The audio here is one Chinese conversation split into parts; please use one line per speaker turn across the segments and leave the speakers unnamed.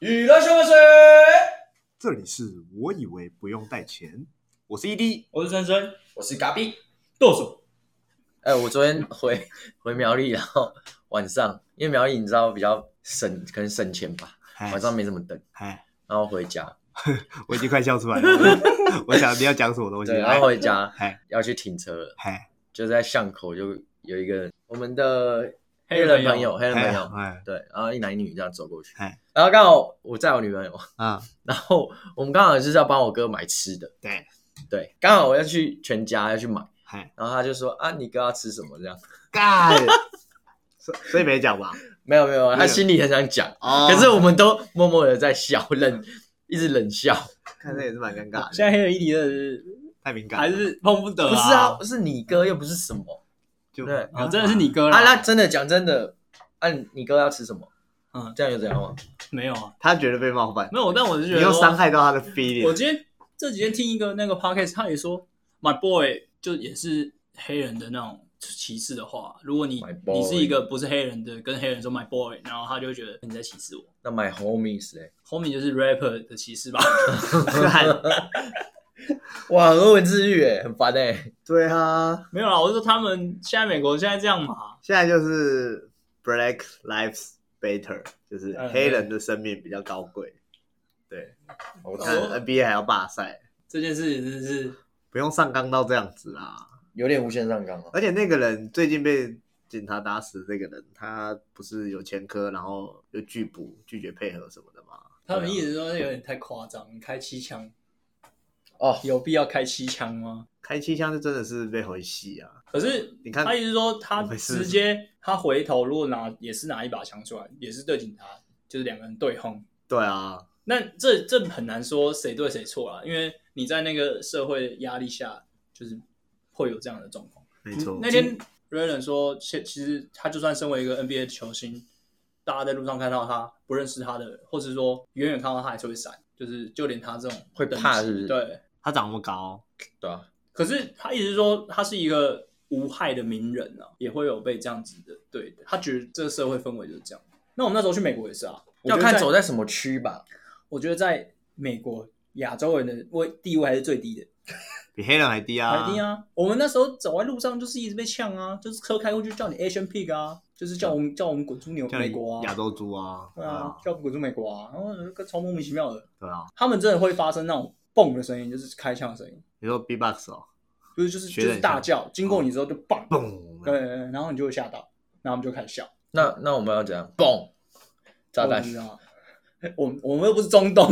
娱乐新闻水，
这里是我以为不用带钱，我是 ED，
我是森 E 森，
我是嘎比。
剁手。
哎、我昨天回回苗栗，然后晚上，因为苗栗你知道比较省，可能省钱吧，
哎
晚上没什么灯，
哎，
然后回家，
我已经快笑出来了。我想你要讲什么东西？
对，然后回家
哎
要去停车了，
哎，
就在巷口就有一个我们的黑人朋友，黑人朋友，
哎
对，然后一男一女这样走过去
哎，
然后刚好我载我女朋友，
啊，
然后我们刚好就是要帮我哥买吃的，
对，
对，刚好我要去全家要去买，
哎，
然后他就说啊，你哥要吃什么这样？
干，所所以没讲吧？
没有没有，
没
他
有
心里很想讲，
哦
可是我们都默默的在笑，冷一直冷笑。
看这也是蛮尴尬的，
现在黑人议题真的是
太敏
还
感，
是碰不得、
不是啊，，是你哥又不是什么
就
对
哦、真的是你哥啦。
啊？那真的讲真的，啊，你哥要吃什么？啊
嗯
这样又怎样吗？
没有啊，
他觉得被冒犯，
没有，但我是觉
你
得
又
说
伤害到他的 feeling。
我今天这几天听一个那个 podcast，他也说 My boy 就也是黑人的那种歧视的话。如果你
My boy
你是一个不是黑人的，跟黑人说 My boy，然后他就会觉得你在歧视我。
那买 homies 哎、
后面就是 rapper 的歧视吧？
干
哇，很文治愈哎、很烦哎、
对啊，
没有啦，我是说他们现在美国现在这样嘛，
现在就是 Black Lives Better，就是
嗯
黑人的生命比较高贵。对，
我
看
哦
NBA 还要罢赛，
这件事情真的是
不用上纲到这样子啦。
有点无限上纲啊了、
而且那个人最近被警察打死，这个人他不是有前科，然后又拒捕、拒绝配合什么的啊吗？
他们一直说有点太夸张，开七枪
哦。
有必要开七枪吗？
开七枪就真的是被回戏啊！
可是
你看
他意思说他
没事
直接他回头如果拿也是拿一把枪出来，也是对警察，就是两个人对轰。
对啊，
那这这很难说谁对谁错啦，因为你在那个社会压力下，就是会有这样的状况。
没
哦
错。
嗯那天 Raylan 说，其其实他就算身为一个 NBA 球星，大家在路上看到他不认识他的，或是说远远看到他还是会闪，就是就连他这种
会
等级
怕是不是
对，
他长那么高，
对啊，
可是他一直说他是一个无害的名人啊，也会有被这样子的对待。他觉得这个社会氛围就是这样。那我们那时候去美国也是啊，
要看走
在，
在什么区吧。
我觉得在美国亚洲人的位地位还是最低的，
比黑人还低啊！
还低！啊。我们那时候走在路上就是一直被呛啊，就是车开过去叫你 Asian pig 啊，就是叫我们、叫我们滚出牛
嗯叫
美国
亚
啊，
洲猪啊！
对啊，叫我们滚出美国啊，然后个超莫名其妙的，
对啊，
他们真的会发生那种嘣的声音，就是开枪的声音，
你说 B-box 哦，
就是就是
学
就
得
是
很
大
像嗯
叫，经过你之后就棒。对
嘣！
对，对然后你就会吓到，然后我们就开始笑。
那那我们要怎样？嘣，炸弹
我不！知道，我们我们又不是中 东，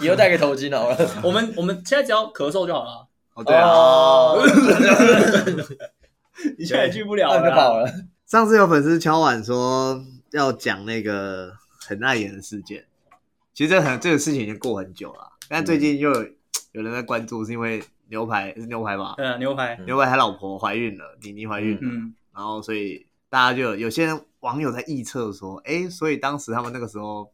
以后戴个头巾哦 好了。
我们我们现在只要咳嗽就好了。
哦对 啊，
你现在也去不了
那
了
就跑
啦，
了。
上次有粉丝敲碗说要讲那个很碍眼的事件，其实这很这个事情已经过很久了，啊但最近又有
嗯
有人在关注，是因为牛排是牛排吧？
对啊，牛排，
牛排他老婆怀孕了，妮妮怀孕了，
嗯，
然后所以大家就有有些人网友在臆测说，哎，所以当时他们那个时候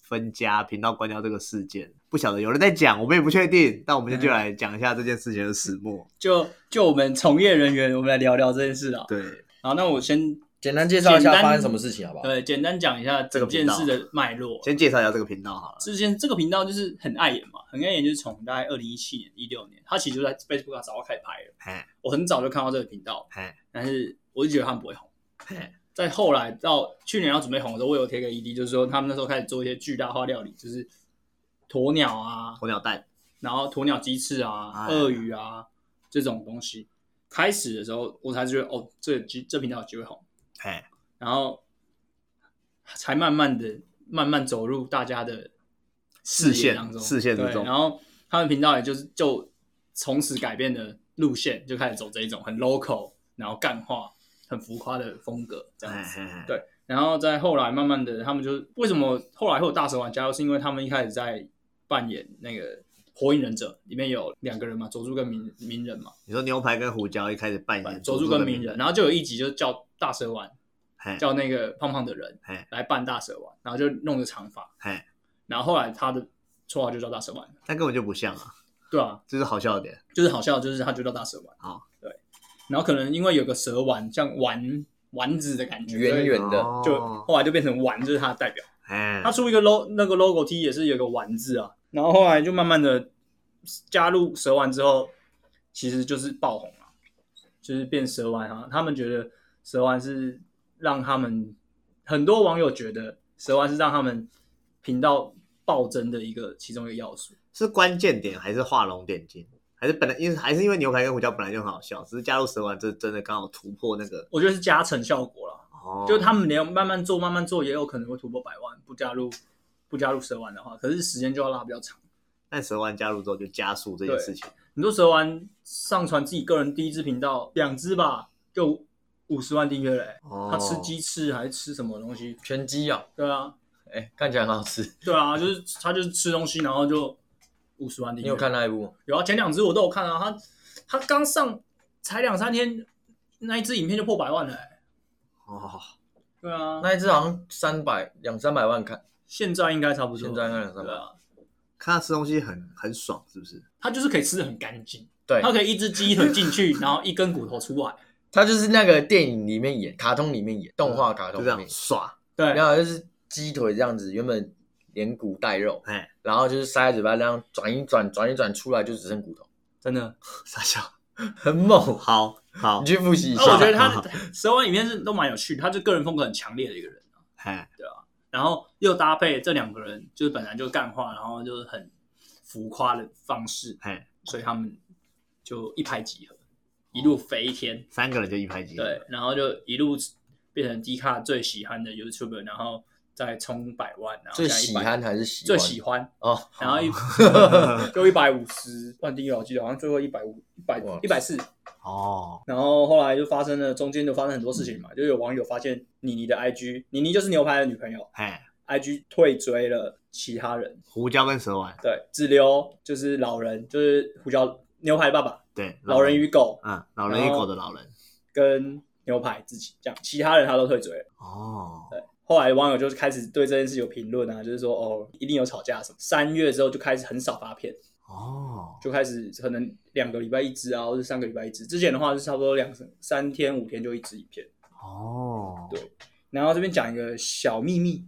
分家频道关掉这个事件，不晓得有人在讲，我们也不确定，但我们就就来讲一下这件事情的始末。
就就我们从业人员，我们来聊聊这件事啊。
对，
好，那我先
简单介绍一
简
下
单
发生什么事情好不好？
呃简单讲一下整件事的脉络。啊
先介绍一下这个频道好了。
之前这个频道就是很碍眼嘛，很碍眼，就是从大概二零一七年、一六年，他其实就在 Facebook 上早就开始拍了。
哎
我很早就看到这个频道，
哎
但是我就觉得他们不会红。
哎，
在后来到去年要准备红的时候，我有贴给 ED，就是说他们那时候开始做一些巨大化料理，就是鸵鸟啊，
鸵鸟蛋，
然后鸵鸟鸡翅啊、
哎
鳄鱼啊这种东西。开始的时候，我才觉得哦，这机这频道有机会红，
哎
然后才慢慢的、慢慢走入大家的视
视
野
线
当中、
视线之
对
中
然后他们频道也就是就从此改变了路线，就开始走这一种很 local，然后干化、很浮夸的风格这样
哎
子。
哎，
对，然后再后来慢慢的，他们就为什么后来会有大蛇丸加入，是因为他们一开始在扮演那个火影忍者里面有两个人嘛，佐助跟鸣鸣人嘛，
你说牛排跟胡椒一开始扮演
佐
嗯助
助跟鸣人，，然后就有一集就叫大蛇丸，
嘿
叫那个胖胖的人
嘿
来扮大蛇丸，然后就弄个长发，
嘿，
然后后来他的绰号就叫大蛇丸，
但根本就不像啊，
对啊，
这是好笑的点。
就是好笑，就是他就叫大蛇丸，
好，
对，然后可能因为有个蛇丸，像丸丸子的感觉，
圆圆
所以
远的
哦
就后来就变成丸就是他的代表。
哎
他，出一个 log 那个 logo T 也是有个丸字啊，然后后来就慢慢的加入蛇丸之后，其实就是爆红了、就是变蛇丸啊。他们觉得蛇丸是让他们很多网友觉得蛇丸是让他们频道暴增的一个其中一个要素。
是关键点还是画龙点睛？还是本来因为还是因为牛排跟胡椒本来就很好笑，只是加入蛇丸这真的刚好突破那个
我觉得是加成效果啦，
哦，
就他们连慢慢做慢慢做，也有可能会突破百万。不加入不加入蛇丸的话，可是时间就要拉比较长。
但蛇丸加入之后就加速这件事情，
你说蛇丸上传自己个人第一支频道，两支吧，就五十万订阅嘞、
哦，
他吃鸡翅还是吃什么东西？
全鸡哦，
对啊，
哎、看起来很好吃。
对啊，就是他就是吃东西，然后就五十万订
你
阅。
有看那一部吗？
有啊，前两支我都有看啊。他他刚上才两三天，那一支影片就破百万了、欸。
哦，
对啊，
那一只好像三百两三百万看，
现在应该差不多。
现在应该两三百
对啊，
看他吃东西很很爽，是不是？
他就是可以吃的很干净，
对，啊
他可以一只鸡腿进去，然后一根骨头出来。
他就是那个电影里面演，卡通里面演，动画卡
就
通
这
里
样
面，
耍，
对
然后就是鸡腿这样子，原本连骨带肉，
哎，
然后就是塞在嘴巴，这样转一转，转一转，出来就只剩骨头，
真的。
傻笑，
很猛。
好好
你，去复习一
那
下。
我觉得他蛇丸影片是都蛮有趣的，他就个人风格很强烈的一个人。
哎，
然后又搭配这两个人，就是本来就干话，然后就是很浮夸的方式，
嘿，
所以他们就一拍即合，一
哦
路飞天，
三个人就一拍即合，
对，然后就一路变成迪卡最喜欢的 YouTuber，然后再冲百万，然后
最
现在
喜
100
欢哦还是喜欢
最喜欢，
哦，
然后一就一百五十万订阅，我记得好像最后一百五、一百
哇
一百四，
哦，
然后后来就发生了，中间就发生很多事情嘛，就有网友发现妮妮的 IG，妮妮就是牛排的女朋友
嘿，
，IG 退追了其他人。
胡椒跟蛇丸，
对，只留就是老人，就是胡椒牛排爸爸、
对，
老人与狗
嗯，老人与狗的老人，
跟牛排自己这样，其他人他都退追了。
哦，
对，后来网友就是开始对这件事有评论啊，就是说哦，一定有吵架什么。三月之后就开始很少发片，
哦，
就开始可能两个礼拜一支啊，或者三个礼拜一支。之前的话是差不多两三天五天就一支影片。
哦，
对然后这边讲一个小秘密，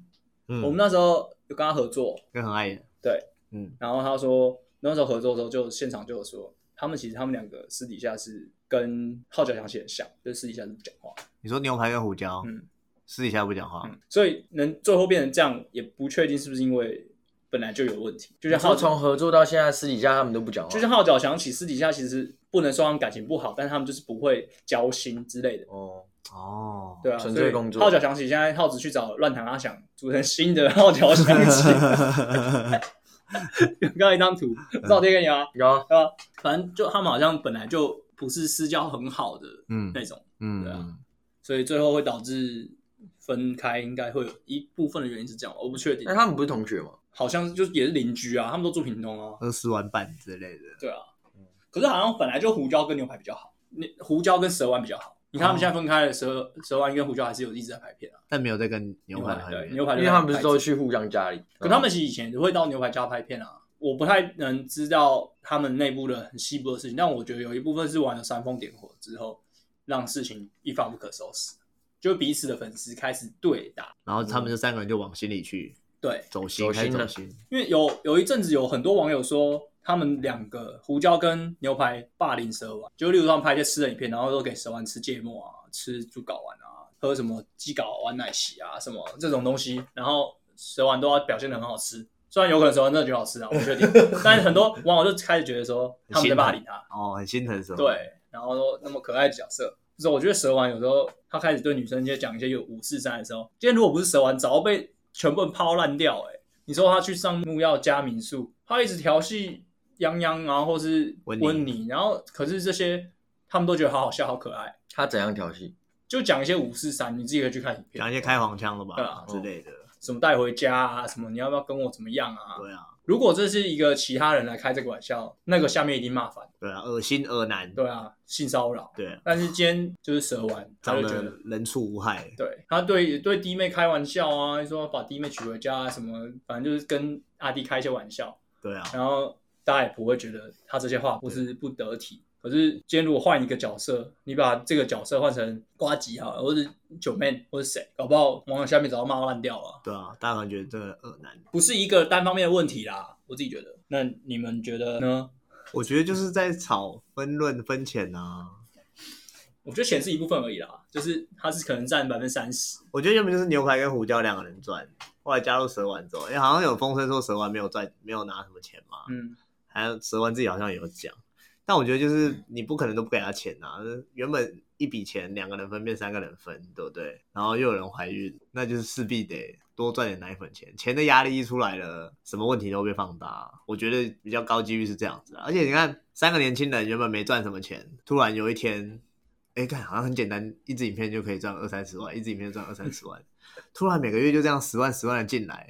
嗯，
我们那时候有跟他合作，
跟很爱人，
对，
嗯，
然后他说那时候合作的时候就现场就有说，他们其实他们两个私底下是跟号角响起很像，就是私底下是不讲话，
你说牛排跟胡椒，
嗯
私底下不讲话，
嗯，所以能最后变成这样，也不确定是不是因为本来就有问题，就像
他
号
从合作到现在，私底下他们都不讲话。
就像号角响起，私底下其实不能说他们感情不好，但是他们就是不会交心之类的。
哦，
哦，
对啊，
纯
所以
粹工作
号角响起，现在耗子去找乱弹阿响组成新的号角响 起， 刚刚一张图，照贴给你啊，
有啊
对吧？反正就他们好像本来就不是私交很好的
嗯
那种，
嗯，
对啊
嗯
所以最后会导致分开，应该会有一部分的原因是这样吧，我不确定
那。他们不是同学吗？
好像就是也是邻居啊，他们都住屏东啊，
二十万半之类的，
对啊。可是好像本来就胡椒跟牛排比较好，你胡椒跟蛇丸比较好。你
哦
看他们现在分开了，蛇蛇丸跟胡椒还是有一直在拍片啊，
但没有在跟牛排很
对
远，
牛排
因
就在拍片，
为他们不是都去互相家里，
可他们其实以前也会到牛排家拍片啊，我不太能知道他们内部的很细部的事情，但我觉得有一部分是玩了煽风点火之后，让事情一发不可收拾，就彼此的粉丝开始对打，
然后他们这三个人就往心里去
对，
走心，
走
开始
心
走
了
心，
因为有有一阵子有很多网友说，他们两个胡椒跟牛排霸凌蛇丸，就例如他们拍一些吃的影片，然后都给蛇丸吃芥末啊，吃猪睾丸啊，喝什么鸡睾丸奶昔啊，什么这种东西，然后蛇丸都要表现的很好吃。虽然有可能蛇丸真的觉得好吃啊，我不确定，但是很多网友就开始觉得说他们在霸凌他，
哦，很心疼什么，
对，然后说那么可爱的角色，就是我觉得蛇丸有时候他开始对女生一些讲一些有五四三的时候，今天如果不是蛇丸，早被全部人抛烂掉、欸。哎，你说他去上木要加民宿，他一直调戏泱泱，然后或是
温
温
妮
妮，然后可是这些他们都觉得好好笑、好可爱，
他怎样调戏？
就讲一些五四三，你自己可以去看影
讲一
片，
些开黄腔了
对啊
吧之类的，
什么带回家啊，什么你要不要跟我怎么样啊？
对啊，
如果这是一个其他人来开这个玩笑，那个下面一定骂烦，
对啊，恶心恶男，
对啊，性骚扰。
对啊，
但是今天就是蛇丸，他
长
就觉
得
得
人畜无害，
对他对对弟妹开玩笑啊，说把弟妹娶回家啊，什么，反正就是跟阿弟开一些玩笑，
对啊，
然后大家也不会觉得他这些话不是不得体。可是今天如果换一个角色，你把这个角色换成瓜吉好了，或者九妹，或者谁，搞不好网友下面早就骂烂掉了。
对啊，大家可能觉得这个恶男，
不是一个单方面的问题啦，我自己觉得。那你们觉得呢？
我觉得就是在吵分论分钱啊。
我觉得钱是一部分而已啦，就是它是可能占百分之三十。
我觉得原本就是牛排跟胡椒两个人赚，后来加入蛇丸之后，因为好像有风声说蛇丸没有赚，没有拿什么钱嘛，
嗯，
还有蛇丸自己好像有讲。但我觉得就是你不可能都不给他钱啊，原本一笔钱两个人分变三个人分，对不对？然后又有人怀孕，那就是势必得多赚点奶粉钱。钱的压力一出来了，什么问题都会被放大。我觉得比较高几率是这样子啊。而且你看，三个年轻人原本没赚什么钱，突然有一天，哎，看好像很简单，一支影片就可以赚二三十万，一支影片赚二三十万，突然每个月就这样十万十万的进来，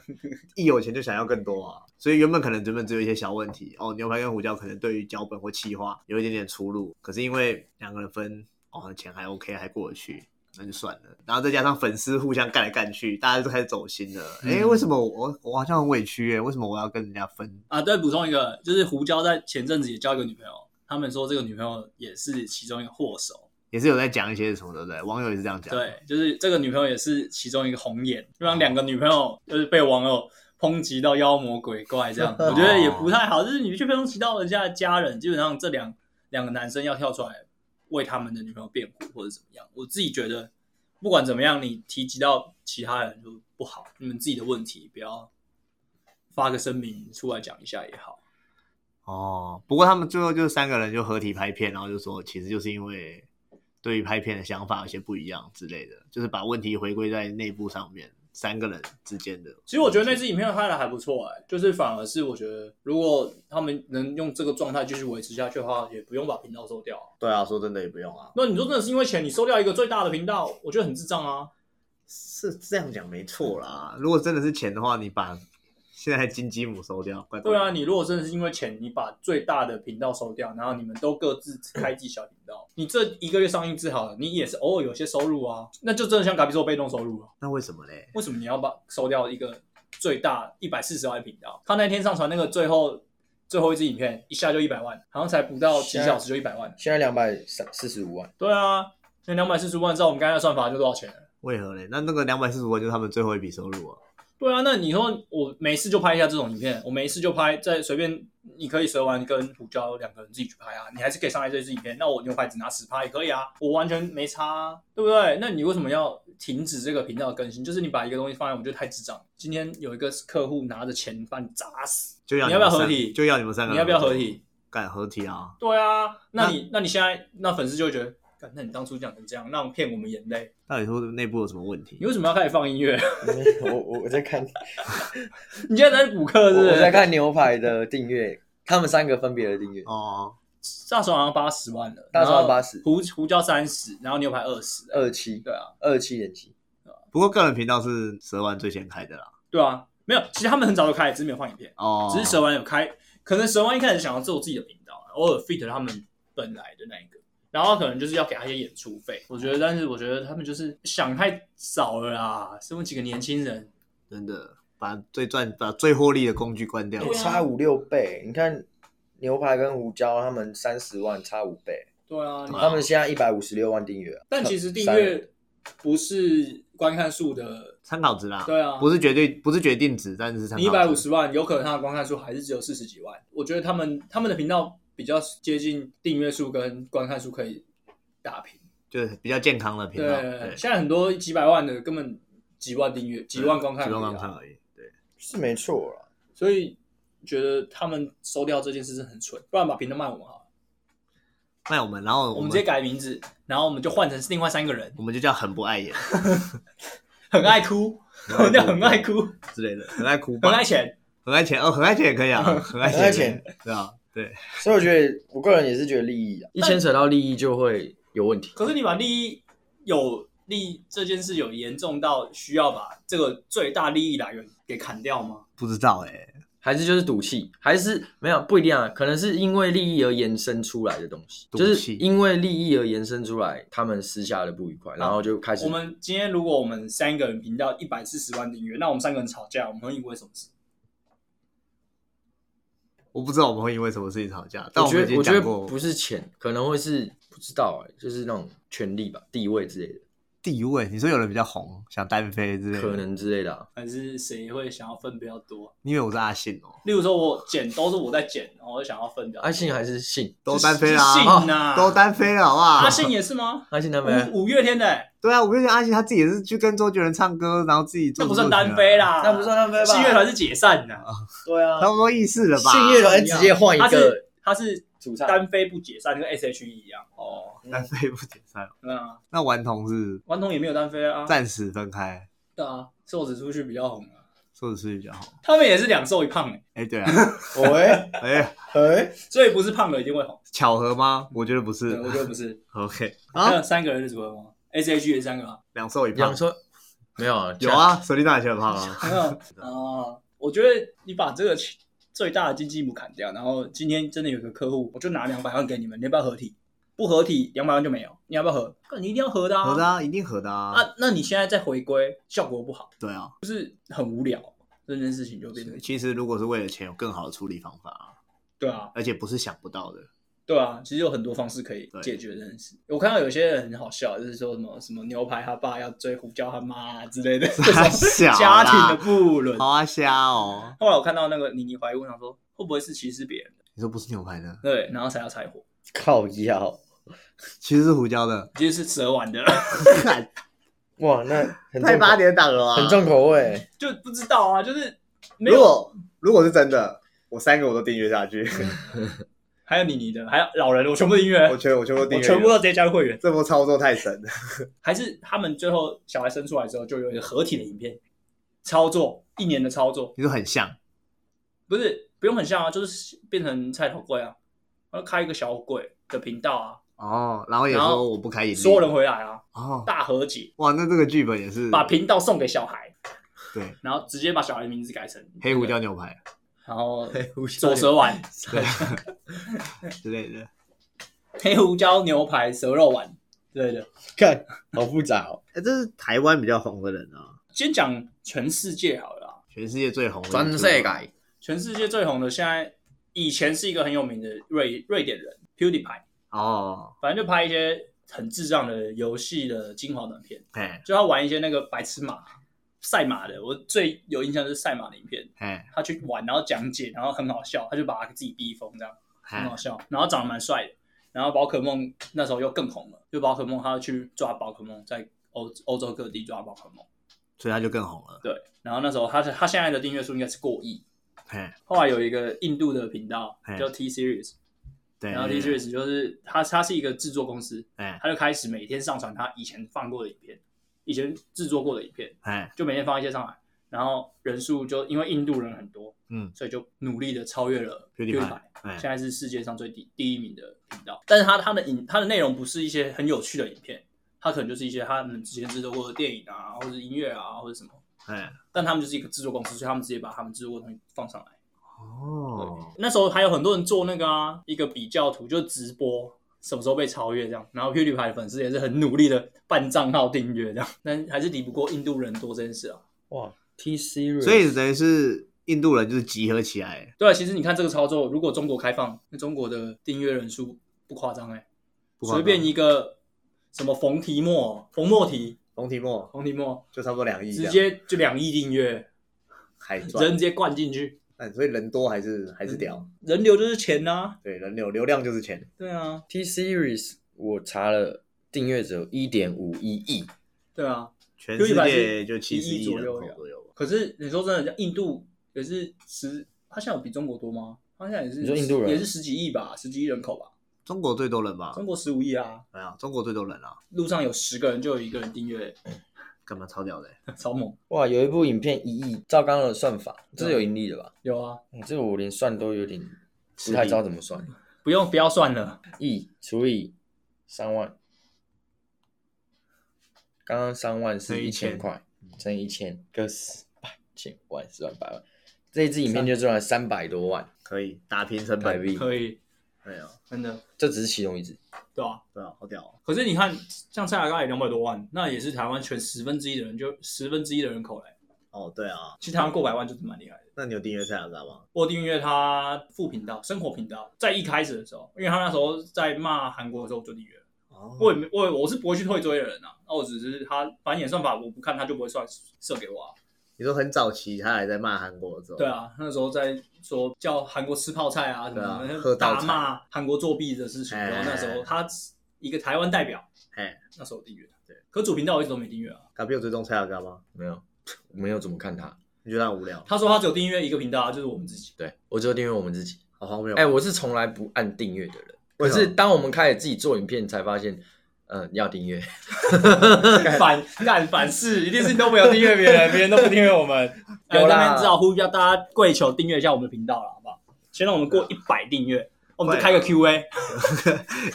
一有钱就想要更多啊，所以原本可能原本只有一些小问题哦，牛排跟胡椒可能对于脚本或企划有一点点出入，可是因为两个人分哦钱还 OK 还过得去，那就算了。然后再加上粉丝互相干来干去，大家都开始走心了。哎、为什么我我好像很委屈耶？为什么我要跟人家分？
啊，对，补充一个，就是胡椒在前阵子也交一个女朋友，他们说这个女朋友也是其中一个祸首。
也是有在讲一些什么，对不对？啊网友也是这样讲。
对，就是这个女朋友也是其中一个红颜，就让两个女朋友就是被网友抨击到妖魔鬼怪这样，我觉得也不太好。就是你去抨击到人家的家人，基本上这两两个男生要跳出来为他们的女朋友辩护或者怎么样，我自己觉得不管怎么样，你提及到其他人就不好，你们自己的问题不要发个声明出来讲一下也好。
哦，不过他们最后就是三个人就合体拍片，然后就说其实就是因为对于拍片的想法有些不一样之类的，就是把问题回归在内部上面，三个人之间的。
其实我觉得那支影片拍的还不错哎、就是反而是我觉得，如果他们能用这个状态继续维持下去的话，也不用把频道收掉啊、
对啊，说真的也不用啊，
那你说真的是因为钱，你收掉一个最大的频道，我觉得很智障啊。
是这样讲没错啦。如果真的是钱的话，你把现在金鸡母收掉，怪怪
对
的
啊，你如果真的是因为钱，你把最大的频道收掉，然后你们都各自开自己小频道，你这一个月上映至好了，你也是偶尔有些收入啊，那就真的像嘎比说被动收入啊。
那为什么嘞？
为什么你要把收掉一个最大一百四十万的频道？他那天上传那个最后最后一支影片，一下就一百万，好像才不到几小时就一百万。
现在两百三四十五万，
对啊，那两百四十万照我们刚才的算法就多少钱了？
为何嘞？那那个两百四十万就是他们最后一笔收入啊。
对啊，那你说我每次就拍一下这种影片，我每次就拍，再随便你可以蛇丸跟胡椒两个人自己去拍啊，你还是可以上来这支影片。那我牛排只拿十拍也可以啊，我完全没差、啊，对不对？那你为什么要停止这个频道的更新？就是你把一个东西放在，我觉得太智障了。今天有一个客户拿着钱把你砸死，
就要
你要不要
们
合
三
体
就要你们三个人。
你要不要合体？？
敢合体啊！
对啊，那你那你现在那粉丝就会觉得，干那你当初讲成这样，让骗我们眼泪，
到底说内部有什么问题
你？为什么要开始放音乐？
我我我在看，
你现在在补课是不
我在
是？
看牛排的订阅，他们三个分别的订阅，
哦，
大手好像八十万了，
大手好
然
像
后
80
胡胡椒三十，然后牛排二十，
二七
对啊，
二七点七，
不过个人频道是蛇丸最先开的啦。
对啊，没有，其实他们很早就开，只是没有放影片，
哦，
只是蛇丸有开，可能蛇丸一开始想要做自己的频道，啊偶尔 fit 他们本来的那一个，然后可能就是要给他一些演出费，我觉得，但是我觉得他们就是想太早了啦，身为几个年轻人，
真的把最赚、把最获利的工具关掉
对啊
了。
差五六倍，你看牛排跟胡椒他们三十万差五倍，
对啊，你
他们现在一百五十六万订阅啊，
但其实订
三人
阅不是观看数的，
参考值啦，
对啊
不是绝对不是决定值，但是参考
你
值
一百五十万，有可能他的观看数还是只有四十几万。我觉得他们他们的频道比较接近订阅数跟观看数可以打平。
就是比较健康的频
对
道，对，
现在很多几百万的根本几万订阅、几万观看、啊
几万观看，而已。对，
是没错啦。
所以觉得他们收掉这件事是很蠢，不然把频道卖我们好了，
那我们然后
我
我
们
们
直接改名字，然后我们就换成另外三个人，
我们就叫很不爱演
很爱 哭， 我们叫很爱哭，
之类的，很爱哭吧，
很爱钱。
很爱钱哦，很爱钱也可 以啊，很爱
很爱钱，
对啊，对，
所以我觉得，我个人也是觉得利益啊，一牵扯到利益就会有问题。
可是你把利益有利益这件事有严重到需要把这个最大利益来源给砍掉吗？
不知道哎、
还是就是赌气，还是没有不一定啊，可能是因为利益而延伸出来的东西，
赌气
就是因为利益而延伸出来他们私下的不愉快，然后就开始
我们今天如果我们三个人频道一百四十万订阅，那我们三个人吵架，我们会因为什么事？
我不知道我们会因为什么事情吵架，但
我
我
觉
们已
得我
经讲
觉得
过
不是钱，可能会是不知道哎、就是那种权利吧、地位之类的，
地位。你说有人比较红，想单飞之类
可
的，
能之类的、啊。
还是谁会想要分比较多？
你以为我是阿信哦？
例如说，我剪都是我在剪，然后我就想要分比较多。
阿信还是信，
都单飞啦，哦
是信呐
都单飞了，好不好？
阿信也是吗？
阿信他们
五五月天的欸，
对啊，我跟你讲，阿信他自己也是去跟周杰伦唱歌，然后自己做
那不
作
算
曲
单
啊
飞，啦，
那不算单飞吧
信乐团是解散的，对啊，
差不多意思了吧？
信乐团直接换一
他
个
是他是
主唱，
单飞不解散，跟 S.H.E 一样。哦，
单飞不解散，哦
那
那顽童是
顽童也没有单飞啊，
暂时分开，
对啊，瘦子出去比较红啊。
说的是比较好。
他们也是两瘦一胖欸，
哎， 对啊，
喂
哎，
喂，
所以不是胖的一定会红。
巧合吗？我觉得不是
对，。我觉得不是。
OK
还
啊，
有三个人的组合吗？S.H.E 也三个 啊。
两瘦一胖
杨，说没有啊，
有，啊，手力大也很胖啊。
没有啊，我觉得你把这个最大的经济母砍掉，然后今天真的有个客户，我就拿两百万给你们，你要不要合体？不合体两百万就没有，你要不要合？干你一定要合的啊！
合的啊，一定合的啊。
啊，那你现在再回归，效果不好，
对啊，
很无聊，这件事情就变成
其实如果是为了钱，有更好的处理方法啊，
对啊，
而且不是想不到的。
对啊，其实有很多方式可以
对
解决这件事。我看到有些人很好笑，就是说什么什么牛排他爸要追胡椒他妈、啊、之类的，这
傻
种
小
家庭的
的
不伦。
好啊瞎哦。
后来我看到那个妮妮怀疑，我想说会不会是歧视别人的？
你说不是牛排的，
对，然后才要柴火，
靠腰，
其实是胡椒 的。
其实是蛇丸的，
看
哇，那很
太
重
八
口，
点档了啊，
很重口味，
就不知道啊，就是没
如
有。
果如果是真的，我三个我都订阅 下去，
还有妮妮的，还有老人的，我全部订阅，
我全我全部订
我
阅，
全部都直接加入会员。
这波操作太神了。
还是他们最后小孩生出来之后，就有一个合体的影片操作，一年的操作，
你说很像，
不是不用很像啊，就是变成菜头柜啊，然后开一个小鬼的频道啊，
哦，然后也
然
说
后
我不开盈利，
所有人回来啊，
哦，
大和解，
哇，那这个剧本也是
把频道送给小孩，
对
然后直接把小孩的名字改成
黑胡，椒牛排
然 后
哎
胡椒
左蛇丸、
之类的。
黑胡椒牛排、蛇肉丸之类的。
看，好复杂哦，
哎，这是台湾比较红的人啊，
先讲全世界好了啦，
全世界最红的
全
人
世
是吧，
界，
全世界最红的现在以前是一个很有名的瑞瑞典人 PewDiePie，
哦，
反正就拍一些很智障的游戏的精华短片，
哎
就他玩一些那个白痴马赛马的，我最有印象就是赛马的影片。
哎
他去玩，然后讲解，然后很好笑，他就把他自己逼疯，这样很
哎
好，笑。然后长得蛮帅的，然后宝可梦那时候又更红了，就宝可梦他去抓宝可梦，在欧欧洲各地抓宝可梦，
所以他就更红了。
对。然后那时候他是他现在的订阅数应该是过亿。
哎，
后来有一个印度的频道
嘿
叫 T Series，
对，
然后 T
对对
Series 就是他他是一个制作公司，
哎
他就开始每天上传他以前放过的影片，以前制作过的影片，
哎，
就每天放一些上来，然后人数就因为印度人很多，
嗯，
所以就努力的超越了
PewDiePie
PewDiePie，
哎
现在是世界上最第第一名的频道。但是他他的影他的内容不是一些很有趣的影片，他可能就是一些他们之前制作过的电影啊，或者是音乐啊，或者什么。
哎，
但他们就是一个制作公司，所以他们直接把他们制作过的东西放上来。
哦，
那时候还有很多人做那个啊，一个比较图，就是直播什么时候被超越这样。然后 PewDiePie 的粉丝也是很努力的办账号订阅这样，但还是抵不过印度人多这件事啊。
哇，T Series，
所以等于是印度人就是集合起来，
对啊，其实你看这个操作，如果中国开放，那中国的订阅人数不夸张哎，
不夸张
随便一个什么冯提莫、冯莫提、
冯提莫
冯提莫，
就差不多两亿这
直
样，
接就两亿订阅，
海
人直接灌进去，
哎，所以人多还是还是屌，
嗯
人流就是钱呐、
对，人流流量就是钱，
对啊，
T Series 我查了，订阅者一点五一亿，
对啊。
全
世
世
界
界
就
就
70
七十
亿
亿
人
人
口
口
左
左右吧。
可是你说真的，印度也是十，他现在有比中国多吗？他现在也是，
你说印度人
也是十几亿吧，十几亿人口吧，
中国最多人吧？
中国十五亿啊，
哎呀，中国最多人啊，
路上有十个人就有一个人订阅，
干嘛超屌的？
超猛，
哇，有一部影片一亿，照刚刚的算法，这是有盈利的吧？
有啊，
嗯这个我连算都有点不太知道怎么算，
不用不要算了，
亿除以三万，刚刚三万是
乘以
一
一千
千块，乘以一千个十百千万十万百万，这一支影片就赚了三百多万
可以打平成
台
本
币，
可以，
哎呀，
真的，
这只是其中一支，
对啊。
对啊，好屌哦！
可是你看，像蔡雅刚也两百多万，那也是台湾全十分之一的人，就十分之一的人口嘞。
哦，对啊，
其实台湾过百万就是蛮厉害的。
那你有订阅蔡雅干吗？
我订阅他副频道、生活频道，在一开始的时候，因为他那时候在骂韩国的时候，我就订阅了。
哦
我也没我也我是不会去退追的人啊，那我只是他反正演算法我不看，他就不会算射给我啊。
你说很早期他还在骂韩国的时候，
对，啊，那时候在说叫韩国吃泡菜啊什
对啊
么的，
喝倒
大
彩
骂韩国作弊的事情。
哎
然后那时候他一个台湾代表，
哎，
那时候我订阅他。对，可主频道我一直都没订阅啊。
卡比有追踪蔡雅干吗？
没有，没有怎么看他。
你觉得他很无聊？
他说他只有订阅一个频道啊，就是我们自 己。
对我只有订阅我们自己。
好荒谬！哦
哎、我是从来不按订阅的人，
为
可
啊
什么
是当我们开始自己做影片，才发现，嗯、要订阅。
反干反噬，一定 是你都没有订阅别人，别人都不订阅我们。
有啦
有那边只好呼吁一下大家跪求订阅一下我们的频道了，好不好？先让我们过一百订阅，我们就开个 Q&A，
哎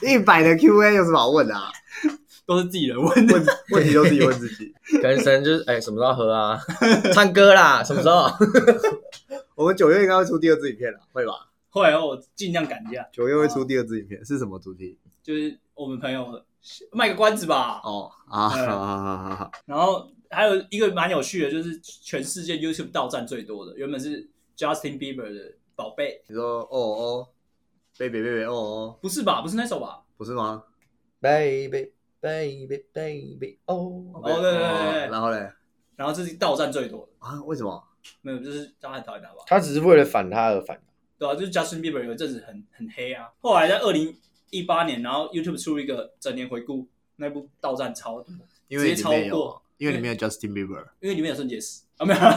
一百的 Q&A 有什么好问的啊？
都是自己人问的。
问题都自己问自己。
可能神就是哎、什么时候喝啊？唱歌啦，什么时候？
我们九月应该会出第二支影片了，会吧？
会，我尽量赶一下，
九月会
啊
出第二支影片，是什么主题？
就是我们朋友卖个关子吧。
哦啊，
哎
对
好好好好好，
然后还有一个蛮有趣的，就是全世界 YouTube 到站最多的，原本是 Justin Bieber 的宝贝，
你说哦哦，baby baby 哦哦，
不是吧？不是那首吧？
不是吗？
baby baby baby 哦，
哦，对对对对对。
然后嘞
然后这是到站最多的，
啊，为什么？
没有，就是大家很讨厌他吧？
他只是为了反他而反他。
对啊，就是 Justin Bieber 有一阵子很很黑啊，后来在二零一八年，然后 YouTube 出一个整年回顾，那部到站超多，
因为
直接
里
超
面有
过，
因为里面有 Justin Bieber，
因为里面有孙杰斯啊，没有啊，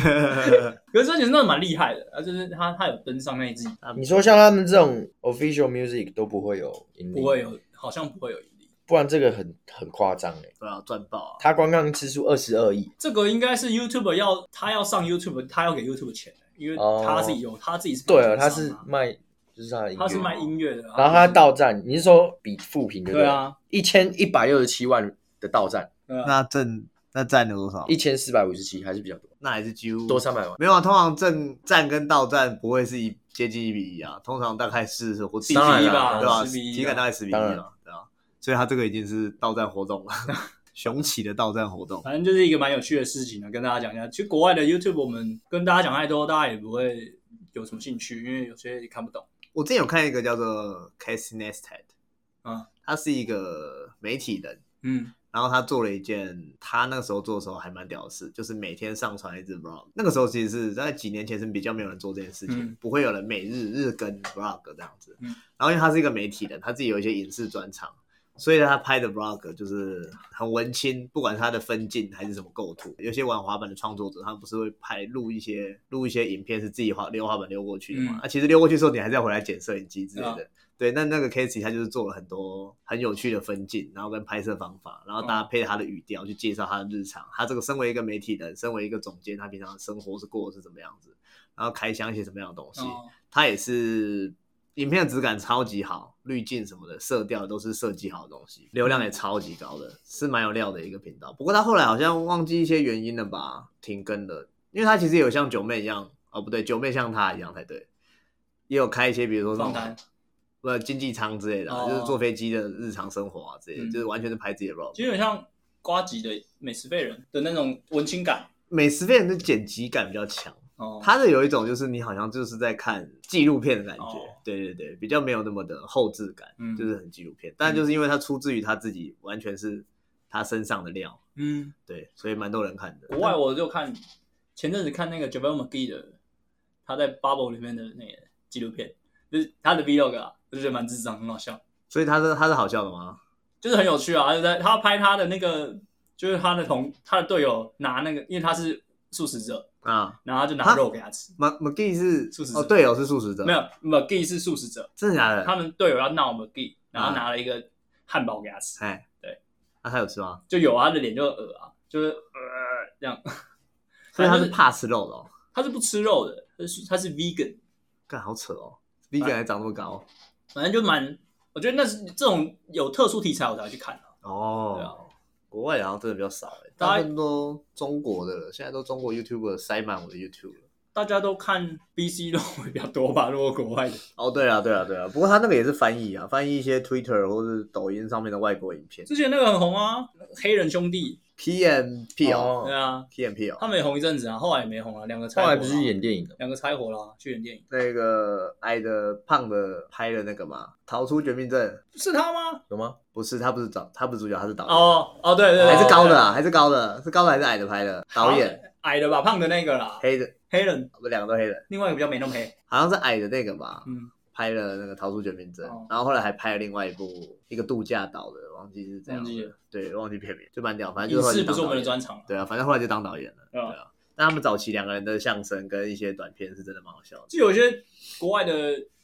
干
可是孙杰斯真的蛮厉害的，啊，就是他他有登上那一季，
你说像他们这种 official music 都不会有盈利，
不会，有，好像不会有盈利。
不然这个很很夸张哎。
对啊，赚爆啊！
他观看次数二十二亿，
这个应该是 YouTube 要他要上 YouTube，他要给 YouTube 钱，因为
哦
他自己有他自己是
对
啊，
啊，他是卖就是他的音乐，
他是卖音乐的啊，
然后他到站，你是说比副评
对，啊，
一千一百六十七万的到站，
对啊，
那挣那占了多少？
一千四百五十七还是比较多，
那还是几乎
多三百万。
没有啊，通常正战跟到战不会是一接近一比一啊，通常大概是或
当然
一
啦
对吧？
10比一啊
体感大概十比一
当然
了，对啊，所以他这个已经是到战 活动了，雄起的到战活动。
反正就是一个蛮有趣的事情啊呢，跟大家讲一下。其实国外的 YouTube 我们跟大家讲太多，大家也不会有什么兴趣，因为有些也看不懂。
我之前有看一个叫做 Casey Neistat，
嗯，
他是一个媒体人，
嗯，
然后他做了一件他那个时候做的时候还蛮屌的事，就是每天上传一支 vlog。那个时候其实是在几年前是比较没有人做这件事情，
嗯
不会有人每日日更 vlog 这样子。
嗯
然后因为他是一个媒体人，他自己有一些影视专场，所以他拍的 vlog 就是很文青，不管他的分镜还是什么构图。有些玩滑板的创作者，他们不是会拍录一些录一些影片是自己滑溜滑板溜过去的嘛？
嗯
啊，其实溜过去的时候你还是要回来剪摄影机之类的。
啊
对，那那个 Casey 他就是做了很多很有趣的分镜，然后跟拍摄方法，然后搭配他的语调去介绍他的日常。他这个身为一个媒体人，身为一个总监，他平常的生活是过的是怎么样子，然后开箱一些什么样的东西。
哦，
它也是影片的质感超级好，滤镜什么的、色调都是设计好的东西，流量也超级高的，是蛮有料的一个频道。不过他后来好像忘记一些原因了吧，停更了，因为他其实也有像九妹一样，哦不对，九妹像他一样才对，也有开一些比如说什
放
么
单。
呃经济舱之类的啊、
哦
就是坐飞机的日常生活啊之类的，
嗯
就是完全是拍自己的 vlog。
其实有点像瓜吉的美食废人的那种文青感。
美食片的剪辑感比较强。
哦，
它的有一种就是你好像就是在看纪录片的感觉，
哦
对对对，比较没有那么的后置感，
嗯
就是很纪录片。但就是因为它出自于他自己，完全是他身上的料，
嗯，
对，所以蛮多人看的。
国外我就看前阵子看那个 Javel McGee 的，他在 Bubble 里面的那个纪录片，就是他的 Vlog 啊，我就觉得蛮智障，很好笑，
所以他是他是好笑的吗？
就是很有趣啊。他就在他拍他的那个，就是他的同他的队友拿那个，因为他是素食者，
啊，
然后他就拿
哈
肉给他吃。
马 McGee 是
素食者
哦，队友是素食者，
没有 McGee 是素食者，
真的假的？
他们队友要闹 McGee，然后
啊
拿了一个汉堡给他吃，
哎，
对，
那、他有吃吗？
就有啊他的脸就呃啊，就是呃这样。
所以他
反正就是是
怕吃肉的哦，
他是不吃肉的，他是他是 vegan，
干好扯哦，vegan 还长那么高
反正就蛮，我觉得那是这种有特殊题材我才会去看的、对啊
哦。国外好像真的比较少哎，
大家
大部分都中国的了，现在都中国 YouTube 塞满我的 YouTube 了。
大家都看 BC 论文比较多吧，如果国外的，
哦，对啊，对啊，对啊。不过他那个也是翻译啊，翻译一些 Twitter 或是抖音上面的外国影片。
之前那个很红啊，黑人兄弟，
P M P 哦
对
哦，
啊，
，P M P 哦，
他们也红一阵子啊，后来也没红了、两个拆
后
伙
来
了
不是演电影的吗，
两个拆伙了、啊去演电影，
那个矮的胖的拍的那个嘛，《逃出绝命镇》
是他吗？
有吗？
不是他不是导，他不是主角，他是导演，
哦哦，对对对，
还是高的
对，
啊，还是高的，是高的还是矮的拍的？导演
矮的吧，胖的那个啦，
黑的，
黑人，
不两个都黑人，
另外一个比较没那么黑，
好像是矮的那个吧，
嗯，
拍了那个《逃出绝命镇》
哦
然后后来还拍了另外一部一个度假岛的，忘记是这样
忘记
的
了，
对，忘记片名，就蛮屌，反正
影
就是后来
视不
就当
是我们
导
的
演
专哦长啊，
对啊，反正后来就当导演了，
对
对
吧
啊。那他们早期两个人的相声跟一些短片是真的蛮好笑的，
就有些国外的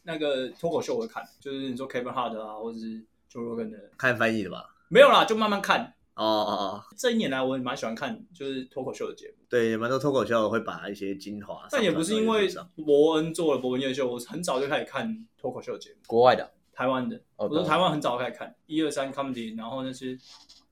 那个脱口秀我会看，就是你说 Kevin Hart 啊，或者是 Joe Rogan 的，
看翻译的吧？
没有啦，就慢慢看。
哦哦哦，
这一年来，我也蛮喜欢看就是脱口秀的节目，
对，也蛮多脱口秀会把一些精华上传到 YouTube 上，
但也不是因为伯恩做了伯恩夜秀，我很早就开始看脱口秀的节目，
国外的啊，
台湾的，
哦
我说
懂
啊
台湾很早就开始看一二三 comedy，然后那些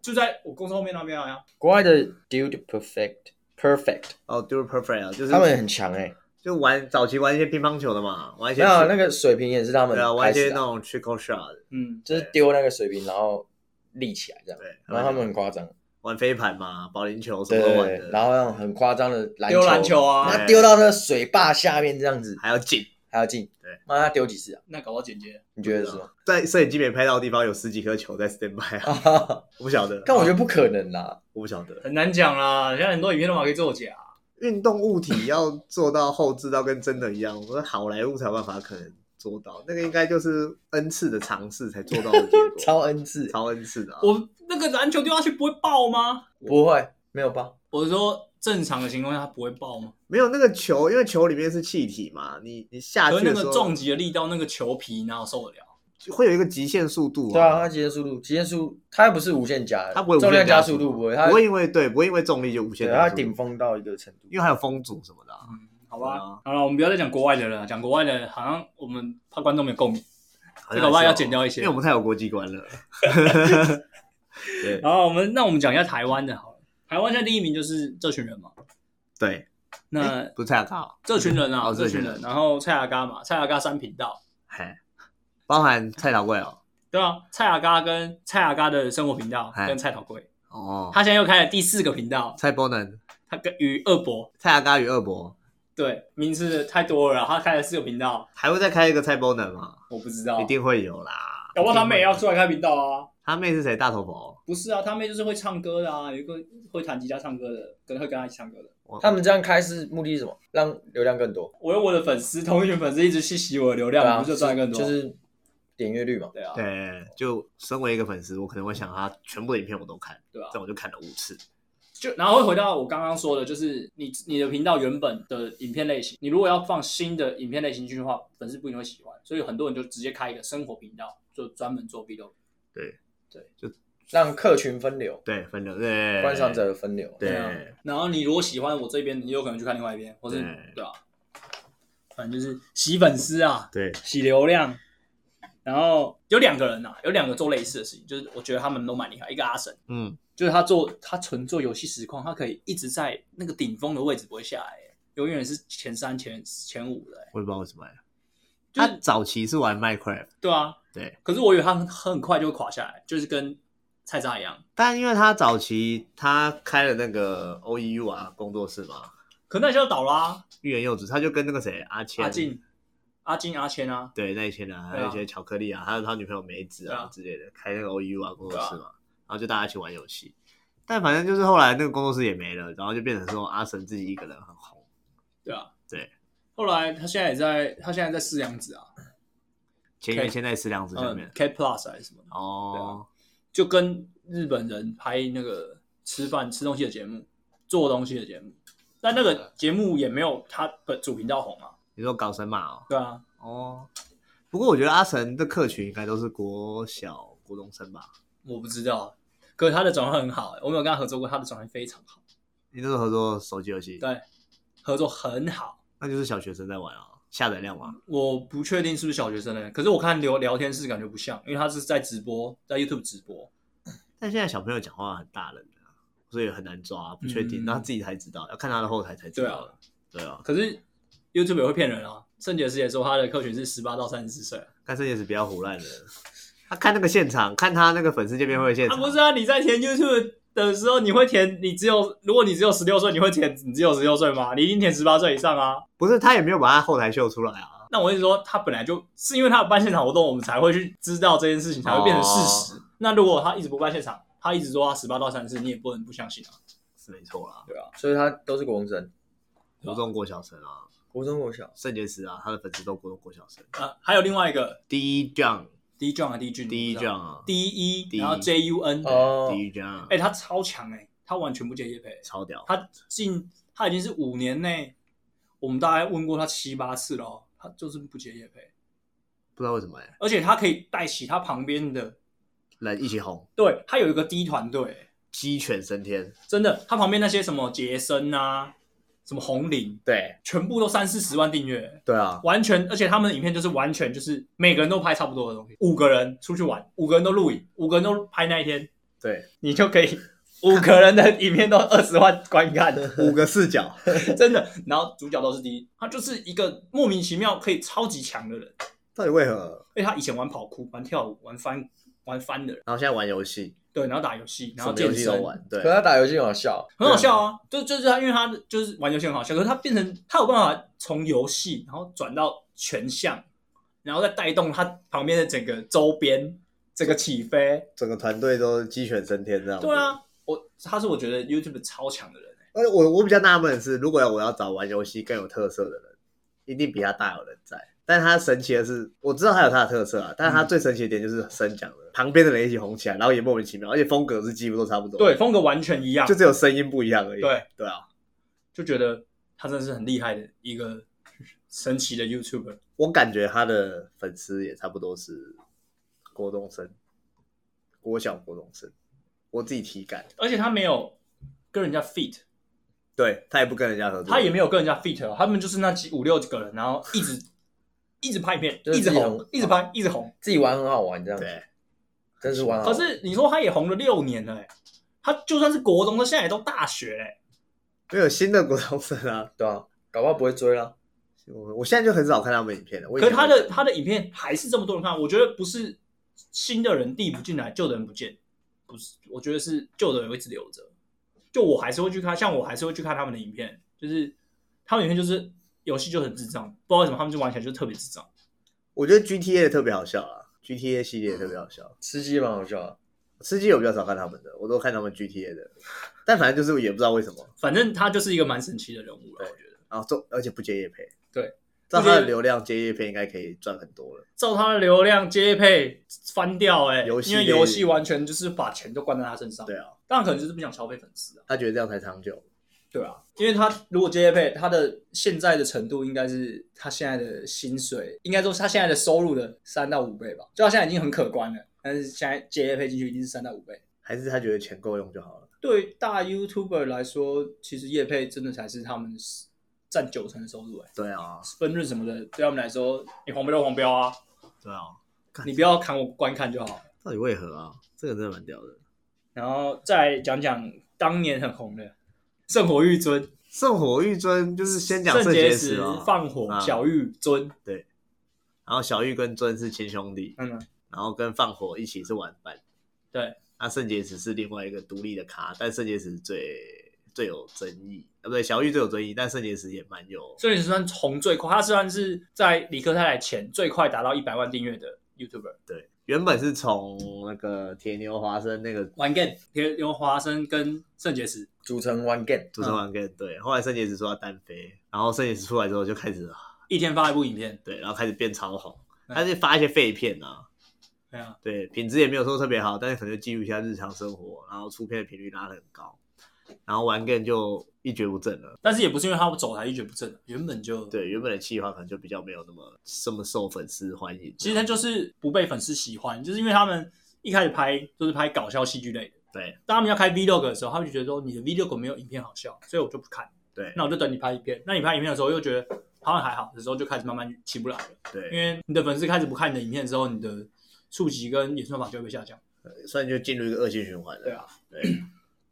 就在我公司后面那边啊呀，
国外的 Dude Perfect Perfect，
哦，Do Perfect 啊，就是
他们很强哎，
就玩早期玩一些乒乓球的嘛，玩一些
没有啊那个水平也是他们
对啊，玩
开
一些
始
那
的啊，
种 trickle shot，的
嗯，
就是丢那个水平然后立起来这样，
对，
然后他们很夸张，
玩飞盘嘛，保龄球什
对
么都
对
玩
对，
的，
然后那种很夸张的篮
丢篮球啊，
他丢到那个水坝下面这样子，
还要进，
还要进。
对，
妈他丢几次啊？
那搞到姐姐，
你觉得是吗？
在摄影机没拍到的地方有十几颗球在 stand by 啊，我不晓得，啊
但我觉得不可能啦。
我不晓得，
很难讲啦，现在很多影片都嘛可以作假，啊
运动物体要做到后置到跟真的一样，我说好莱坞才有办法可能做到，那个应该就是 n 次的尝试才做到的结果，
超恩赐，
超 n 次的啊，
我那个篮球丢下去不会爆吗？
不会，没有吧？
我是说正常的情况下它不会爆吗？
没有那个球，因为球里面是气体嘛，你你下
可
去
是那
的时
个
候
撞击的力道，那个球皮哪有受得了？
会有一个极限速度
对啊，他极限速度，极限速，他又不是无限加的，
它不会无限
重量
加
速
速
度不会，他
不会因为对，不会因为重力就无限
对
加
他
速
顶峰到一个程度
因。为还有风阻什么的啊、
嗯，好
对
吧
啊，
好了，我们不要再讲国外的了，讲国外的好像我们怕观众没有共鸣。
好像还
这
是有
搞不好要剪掉一些
因为我们太有国际 观了。对
然后我们那我们讲一下台湾的好了，台湾现在第一名就是这群人嘛，
对，
那
不太好，
这群人啊，
哦
这
这
群
群
人，
人
然后蔡雅嘎嘛，蔡雅嘎三频道，
嘿，包含蔡桃贵哦，
对啊，蔡雅嘎跟蔡雅嘎的生活频道
哎
跟蔡桃贵，
哦，
他现在又开了第四个频道，
蔡波能、
他跟与二伯，
蔡阿嘎与二伯，
对，名次太多了啦，他开了四个频道，
还会再开一个蔡波能吗？
我不知道
一，定会有啦。
搞不好他妹也要
一定会
出来开频道啊。
他妹是谁？大头佛。
不是啊，他妹就是会唱歌的啊，有一个会弹吉他唱歌的，跟会跟他一起唱歌的。
我
他们这样开是目的是什么？让流量更多，
我有我的粉丝，同一群粉丝一直去洗我的流
对
量，
啊，
我不就赚更多？
就是点阅率嘛。
对啊，
对，就身为一个粉丝，我可能会想他全部的影片我都看，
对啊
这样我就看了五次。
就然后会回到我刚刚说的，就是你你的频道原本的影片类型，你如果要放新的影片类型进去的话，粉丝不一定会喜欢，所以很多人就直接开一个生活频道，就专门做 vlog。
让客群分流，
对，分流，对，
观赏者的分流。
对
啊。然后你如果喜欢我这边，你有可能去看另外一边，或是
对
对啊，反正就是洗粉丝啊，
对，
洗流量。然后有两个人呐、啊，有两个做类似的事情，就是我觉得他们都蛮厉害。一个阿神，
嗯，
就是他做他纯做游戏实况，他可以一直在那个顶峰的位置不会下来，欸永远是前三、前前五的。
我也不知道为什么欸。
就
他
是
早期是玩 Minecraft，
对啊，
对，
可是我以为他很很快就会垮下来，就是跟菜渣一样。
但因为他早期他开了那个 O E U 啊工作室嘛，
可那就倒啦、
欲言又止，他就跟那个谁阿谦，
阿进、阿进、阿谦啊，
对那一些啊，还
对啊
有一些巧克力啊，还有他女朋友梅子
对啊
啊之类的，开那个 O E U 啊工作室
对
嘛，然后就大家一起玩游戏。但反正就是后来那个工作室也没了，然后就变成说阿神自己一个人很红。
对啊，
对。
后来他现在也在，他现在在四阳子啊，
前
K-
缘现在是量子下
嗯啊
面
，K Plus 还是什么的，
哦，
就跟日本人拍那个吃饭吃东西的节目，做东西的节目，但那个节目也没有他本主频道红啊。
你说搞神马哦，
对啊，
哦。不过我觉得阿神的客群应该都是国小国中生吧？
我不知道，可是他的转换很好、欸我们有跟他合作过，他的转换非常好，
你那时候合作手机游戏，
对，合作很好。
那就是小学生在玩啊，下载量嘛。
我不确定是不是小学生呢、欸可是我看聊聊天室感觉不像，因为他是在直播，在 YouTube 直播。
但现在小朋友讲话很大人的啊，所以很难抓，不确定，
嗯
那、自己才知道，要看他的后台才知
对
道
啊。
对啊，
可是 YouTube 也会骗人啊。圣杰师也说他的客群是十八到三十四岁啊，
干这也是比较胡乱的。他看那个现场，看他那个粉丝见面会的现
啊
场，
不是啊，你在填 YouTube 的时候，你会填你只有如果你只有十六岁，你会填你只有十六岁吗？你一定填十八岁以上啊。
不是他也没有把他后台秀出来啊。
那我跟你说，他本来就是因为他有办现场活动，我们才会去知道这件事情，才会变成事实。那如果他一直不办现场，他一直说他十八到三十，你也不能不相信啊。
是没错啦，
啊所以他都是国中生，
国中国小生啊，
国中国小，
圣洁石啊，他的粉丝都国中国小生。
啊，还有另外一个
第一仗，
D John 啊，D Jun，
第一仗啊，
D E，
D
然后 J U N，
哦
第，一仗，啊
哎，他超强哎，他完全不接叶配，
超屌。
他近他已经是五年内，我们大概问过他七八次了哦，他就是不接叶配，
不知道为什么哎，
而且他可以带起他旁边的，
人一起红，
对他有一个 D 团队欸，
鸡犬升天。
真的，他旁边那些什么杰森啊，什么红领，
对
全部都三四十万订阅，
对啊，
完全，而且他们的影片就是完全就是每个人都拍差不多的东西，五个人出去玩，五个人都录影，五个人都拍那一天，
对，
你就可 以五个人的影片都二十万观看，
五个视 角，
真的。然后主角都是第一，他就是一个莫名其妙可以超级强的人，
到底为何？
而且他以前玩跑酷、玩跳舞、玩翻、玩翻的人，
然后现在玩游戏，
对，然后打游戏，然后
什
健
么游戏都
身。
玩，对
可，是他打游戏很好笑，
很好笑啊！就就是他，因为他就是玩游戏很好笑，可是他变成他有办法从游戏，然后转到全项，然后再带动他旁边的整个周边整个起飞。
整个团队都鸡犬升天这样。
对，啊，我他是我觉得 YouTube 超强的人、欸，
而且我我比较纳闷的是，如果我要找玩游戏更有特色的人，一定比他大有人在。但他神奇的是，我知道他有他的特色啊，但是他最神奇的点就是生讲的，旁边的人一起红起来，然后也莫名其妙，而且风格是几乎都差不多，
对，风格完全一样，
就
就
只有声音不一样而已。
对
对啊，
就觉得他真的是很厉害的一个神奇的 YouTuber。
我感觉他的粉丝也差不多是国中生、国小国中生，我自己体感。
而且他没有跟人家 fit，
对他也不跟人家合作，
他也没有跟人家 fit，哦他们就是那几五六个人，然后一直一直拍片，
就是
一直
自己
红
红，啊
一直拍，一直红。
自己玩很好玩这样子，
对，
真是玩
嗯
好
可
玩。
是你说他也红了六年了、欸，他就算是国中，他现在也都大学欸嘞、
没有新的国中生啊。
对啊，搞不好不会追了。
我我现在就很少看他们影片了。我以
可
前
是他的他的影片还是这么多人看，我觉得不是新的人递不进来，旧的人不见，不是，我觉得是旧的人会一直留着。就我还是会去看，像我还是会去看他们的影片，就是他们影片就是游戏就很智障，不知道为什么他们就玩起来就特别智障。
我觉得 GTA 特别好笑啊，GTA 系列特别好笑。
吃鸡蛮好笑的，
吃鸡我比较少看他们的，我都看他们 GTA 的。但反正就是也不知道为什么，
反正他就是一个蛮神奇的人物了，我觉得。
然后做而且不接夜配。
对，
照他的流量接夜配应该可以赚很多了。
照他的流量接配翻掉哎、
游戏
因为游戏完全就是把钱都灌在他身上，
对，啊，
当然可能就是不想消费粉丝啊。
他觉得这样才长久。
对啊，因为他如果接业配，他的现在的程度应该是他现在的薪水，应该说是他现在的收入的三到五倍吧，就他现在已经很可观了。但是现在接业配进去一定是三到五倍。
还是他觉得钱够用就好了。
对于大 YouTuber 来说，其实业配真的才是他们占九成的收入、欸，
对啊，
分润什么的对他们来说，你黄标就黄标啊，
对啊，
你不要砍我观看就好。
到底为何啊？这个真的蛮屌的。
然后再讲讲当年很红的《圣火玉尊》、
圣火玉尊就是先讲
圣
圣洁
石
石嘛，
放火、
啊
小玉尊，
然后小玉跟尊是亲兄弟，
嗯，
然后跟放火一起是玩伴。
对，
那圣洁石是另外一个独立的咖，但圣洁石最最有争议啊，不对，小玉最有争议，但圣洁石也蛮有。
所以你算红最快，他虽然是在理科太太前最快达到一百万订阅的 YouTuber。
对，原本是从那个铁牛华生那个
玩 game，田刘华生跟圣结石，
组成 One Game，
主持人跟、对，后来圣洁石说要单飞，然后圣洁石出来之后就开始
一天发一部影片，
对，然后开始变超红，
嗯
他就发一些废片啊，
对啊，
对，品质也没有说特别好，但是可能就记录一下日常生活，然后出片的频率拉得很高，然后玩 game 就一蹶不振了。
但是也不是因为他走台一蹶不振，原本就，
对，原本的企划可能就比较没有那么这么受粉丝欢迎。
其实他就是不被粉丝喜欢，就是因为他们一开始拍都是拍搞笑戏剧类的，
对
当他们要开 Vlog 的时候，他们就觉得说你的 Vlog 没有影片好笑，所以我就不看，
对
那我就等你拍影片，那你拍影片的时候又觉得好像还好的时候，就开始慢慢起不来了，因
对，
为你的粉丝开始不看你的影片之后，你的触及跟演算法就会被下降，
算就进入一个恶性循环了。
对啊。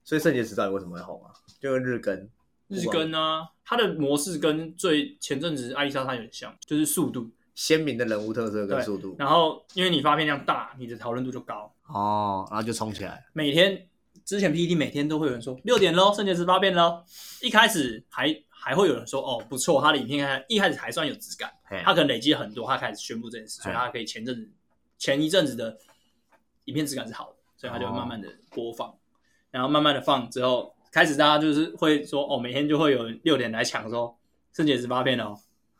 所以圣洁石到底为什么会红啊？
就日更，
日更啊，它的模式跟最前阵子艾丽莎莎有点像，就是速度。
鲜明的人物特色跟
对
速度，
然后因为你发片量大，你的讨论度就高。
哦，然后就冲起来，
每天之前 PPT 每天都会有人说六点喽，圣洁石发片喽。一开始还还会有人说哦不错，他的影片还一开始还算有质感，
嘿
他可能累积了很多，他开始宣布这件事，所以
嘿
他可以前阵子前一阵子的影片质感是好的，所以他就
哦
慢慢的播放，然后慢慢的放之后，开始大家就是会说哦，每天就会有人六点来抢说圣洁石发片哦，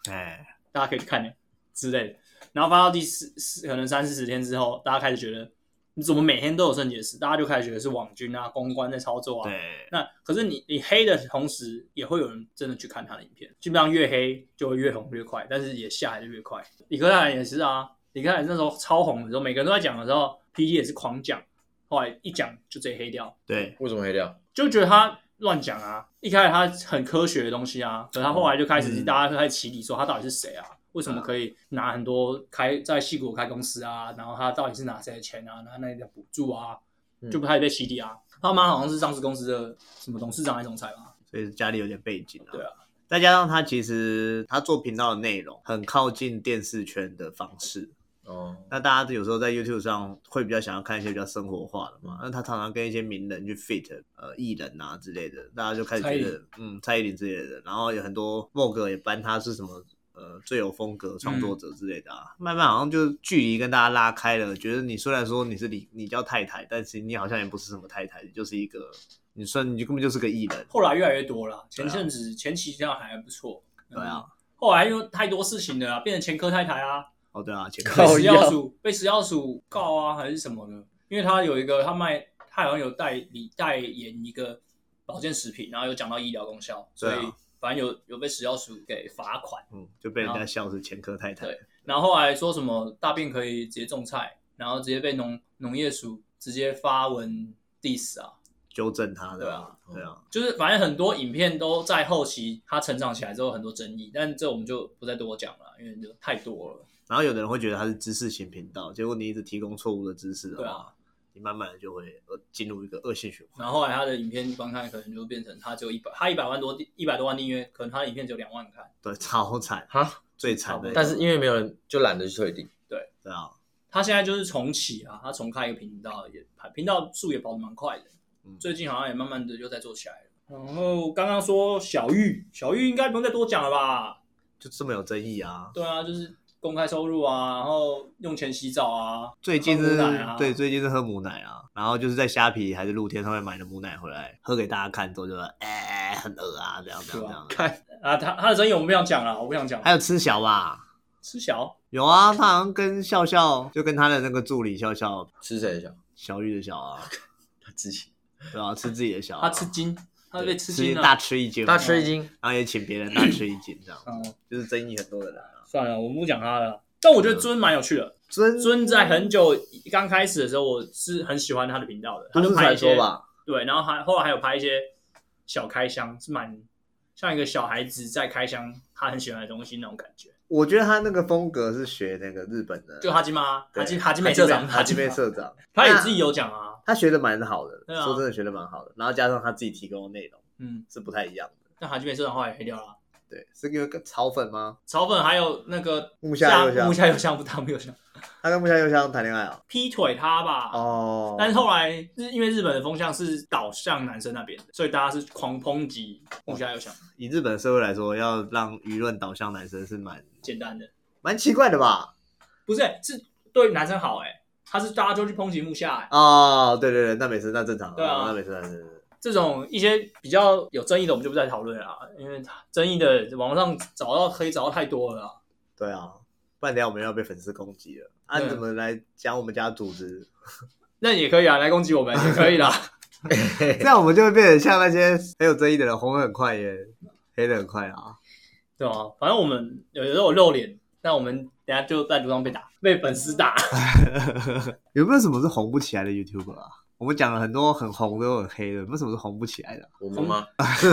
哎，
大家可以去看呢之类的。然后发到第四四可能三四十天之后，大家开始觉得你怎么每天都有圣洁石，大家就开始觉得是网军啊、公关在操作啊。
对，
那可是你你黑的同时，也会有人真的去看他的影片。基本上越黑就会越红越快，但是也下来的越快。李克泰也是啊，李克泰那时候超红的时候，每个人都在讲的时候，PT 也是狂讲，后来一讲就直接黑掉，
对，
为什么黑掉？
就觉得他乱讲啊。一开始他很科学的东西啊，可是他后来就开始、
嗯
大家都开始起底，说他到底是谁啊？为什么可以拿很多开在戏谷开公司啊？然后他到底是拿谁的钱啊？拿那里的补助啊？
嗯
就不太被起底啊。他妈好像是上市公司的什么董事长还是总裁吧？
所以家里有点背景啊，
对啊，
再加上他其实他做频道的内容很靠近电视圈的方式，
哦，
那大家有时候在 YouTube 上会比较想要看一些比较生活化的嘛，那他常常跟一些名人去 fit 呃艺人啊之类的，大家就开始觉
蔡依
得嗯蔡依林之类的，然后有很多莫哥也颁他是什么呃最有风格创作者之类的啊，慢慢好像就距离跟大家拉开了，觉得你虽然说你是你你叫太太，但是你好像也不是什么太太，你就是一个你算你根本就是个艺人，
后来越来越多了，啊前阵子、前期这样还不错。嗯
啊对啊，
后来因为太多事情了啊，变成前科太太啊，
哦对啊，前
被
靠
食
腰
药署被食药署告啊，还是什么的？因为他有一个他卖，他好像有代理代言一个保健食品，然后有讲到医疗功效，所
对
以
啊
反正有有被食药署给罚款。
嗯就被人家笑是前科太太，
对然后后来说什么大便可以直接种菜，然后直接被农农业署直接发文 diss 啊，
纠正他
对
的
啊，
对啊，
就是反正很多影片都在后期它成长起来之后很多争议，但这我们就不再多讲了，因为就太多了。
然后有的人会觉得它是知识型频道，结果你一直提供错误的知识的话，
对啊
你慢慢的就会呃进入一个恶性循环。
然后后来他的影片观看可能就变成他只有一百，他一百万多一百多万订阅，可能他的影片只有两万看。
对， 超惨，
哈，
最惨的。
但是因为没有人，就懒得去退订。
对啊，
他现在就是重启啊，他重开一个频道也，频道数也跑得蛮快的
嗯，
最近好像也慢慢的又在做起来了。然后刚刚说小玉，小玉应该不用再多讲了吧？
就这么有争议啊！
对啊，就是公开收入啊，然后用钱洗澡啊，
最近
喝母
是、
奶啊
对，最近是喝母奶啊，然后就是在虾皮还是露天上面买的母奶回来喝给大家看，之后就说哎、很恶啊，这样这样这样。
看，
啊，他他的争议我们不想讲了，我不想讲。
还有吃小吧，
吃小
有啊，他好像跟笑笑就跟他的那个助理笑笑
吃谁的小？
小玉的小啊，
他自己，
对啊，吃自己的小、啊，
他吃惊，他
对
被吃惊了。
大吃一惊，
他吃一惊，
然后也请别人大吃一惊，这样
嗯，
就是争议很多的人啊。
算了，我们不讲他了。但我觉得
嗯
尊蛮有趣的，
尊
尊在很久刚开始的时候，我是很喜欢他的频道的。他
都市
就拍
传
一些
说，吧，
对，然后还后来还有拍一些小开箱，是蛮像一个小孩子在开箱他很喜欢的东西那种感觉。
我觉得他那个风格是学那个日本的，
就哈基妈，哈
对
基哈基美社长，
哈基
美
妹，社长，
他也自己有讲啊，
他学的蛮好的，
对啊
说真的学的蛮好的，然后加上他自己提供的内容
嗯，
是不太一样的，
但哈基美社长后来也黑掉了。
对，是因为跟草粉吗？
草粉还有那个
木下佑
夏
香
木下有香不当没有香
他跟木下佑香谈恋爱啊？
劈腿他吧，
哦，
但是后来日因为日本的风向是导向男生那边的，所以大家是狂抨击木下佑想
以日本社会来说，要让舆论导向男生是蛮
简单的，
蛮奇怪的吧？
不是、是对男生好哎、他是大家就去抨击木下、欸，
哦，对对对，那没事，那正常，
对啊
那没事，那没事。
这种一些比较有争议的我们就不再讨论了啊，因为争议的网上找到可以找到太多了啊。
对啊，不然等一下我们要被粉丝攻击了。啊，
对
你怎么来讲我们家组 织？
那也可以啊，来攻击我们也可以 啦。
这啊样我们就会变得像那些 很有争议的人，红得很快耶，黑得很快啊。
对啊，反正我们有时候有露脸，那我们等下就在路上被打，被粉丝 打。
有没有什么是红不起来的 YouTuber 啊？我们讲了很多很红的、又很黑的，有没有什么是红不起来的啊？
我们吗？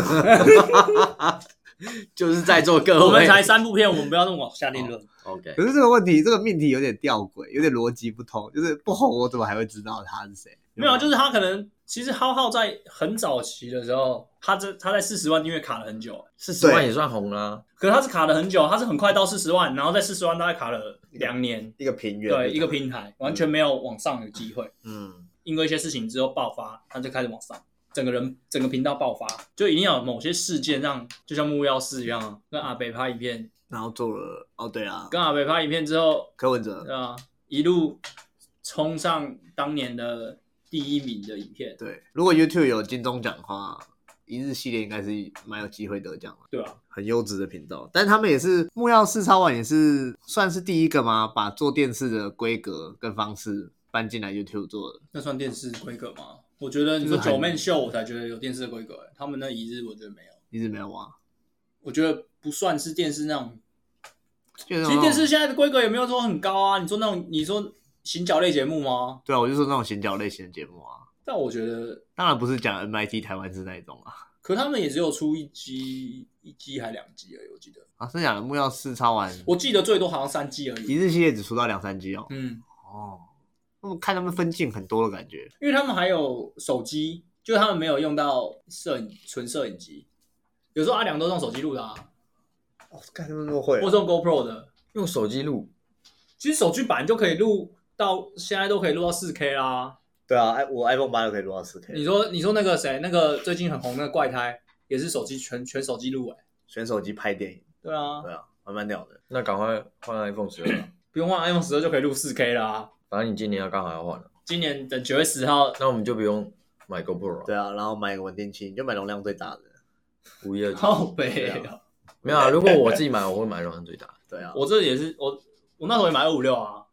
就是在座各位，
我们才三部片，我们不要那么往下定
哦
论。
OK。
可是这个问题，这个命题有点吊诡，有点逻辑不通，就是不红我怎么还会知道他是谁？
没有啊，就是他可能其实浩浩在很早期的时候，他这他在四十万订阅卡了很久，
四十万
对
也算红啦。
可是他是卡了很久，他是很快到四十万，然后在四十万大概卡了两年，
一个平原，
对一个，平台完全没有往上有机会，
嗯，
因为一些事情之后爆发，他就开始往上。整个人整个频道爆发，就一定要有某些事件让，就像木曜四一样啊，跟阿北拍影片，
然后做了哦，对啊，
跟阿北拍影片之后，
柯文哲
对啊，一路冲上当年的第一名的影片，
对，如果 YouTube 有金钟奖的话，一日系列应该是蛮有机会得奖的，
对啊，
很优质的频道。但他们也是木曜四超玩，也是算是第一个嘛，把做电视的规格跟方式搬进来 YouTube 做的。
那算电视规格吗？我觉得你
就
说
是很
九面秀，我才觉得有电视的规格、欸他们那一日我觉得没有，
一直没有啊，
我觉得不算是电视那种。
其
其实电视现在的规格也没有说很高啊。你说那种，你说行脚类节目吗？
对啊，我就说那种行脚类型的节目啊，
但我觉得，
当然不是讲 MIT 台湾是那一种啊。
可他们也只有出一季、一季还两季而已。我记得，
啊，真假的木曜四超玩，
我记得最多好像三季而
一
已。
日系列只出到两三集哦。
嗯，
哦，那么看他们分镜很多的感觉，
因为他们还有手机，就是他们没有用到摄影纯摄影机。有时候阿良都用手机录的啊，
哦，干他们那么会
或
啊，
是用 GoPro 的。
用手机录，
其实手机版就可以录到现在都可以录到四 K 啦。
对啊，i 我 iPhone 八就可以录到四 K，
啊
你说你说那个谁，那个最近很红那个怪胎，也是手机全全手机录哎、
选手机拍电影，
对啊，
对啊，还蛮屌的。
那赶快换 iPhone 十二吧，
不用换 iPhone 十二就可以录四 K 啦。
反正你今年要刚好要换了，
今年等九月十号，
那我们就不用买 GoPro 了，
对啊，然后买一个稳定器，你就买容量最大的。
五一二九。
靠北
对
啊！
没有啊，如果我自己买，我会买容量最大的。
对啊，
我这也是我我那时候也买二五六啊，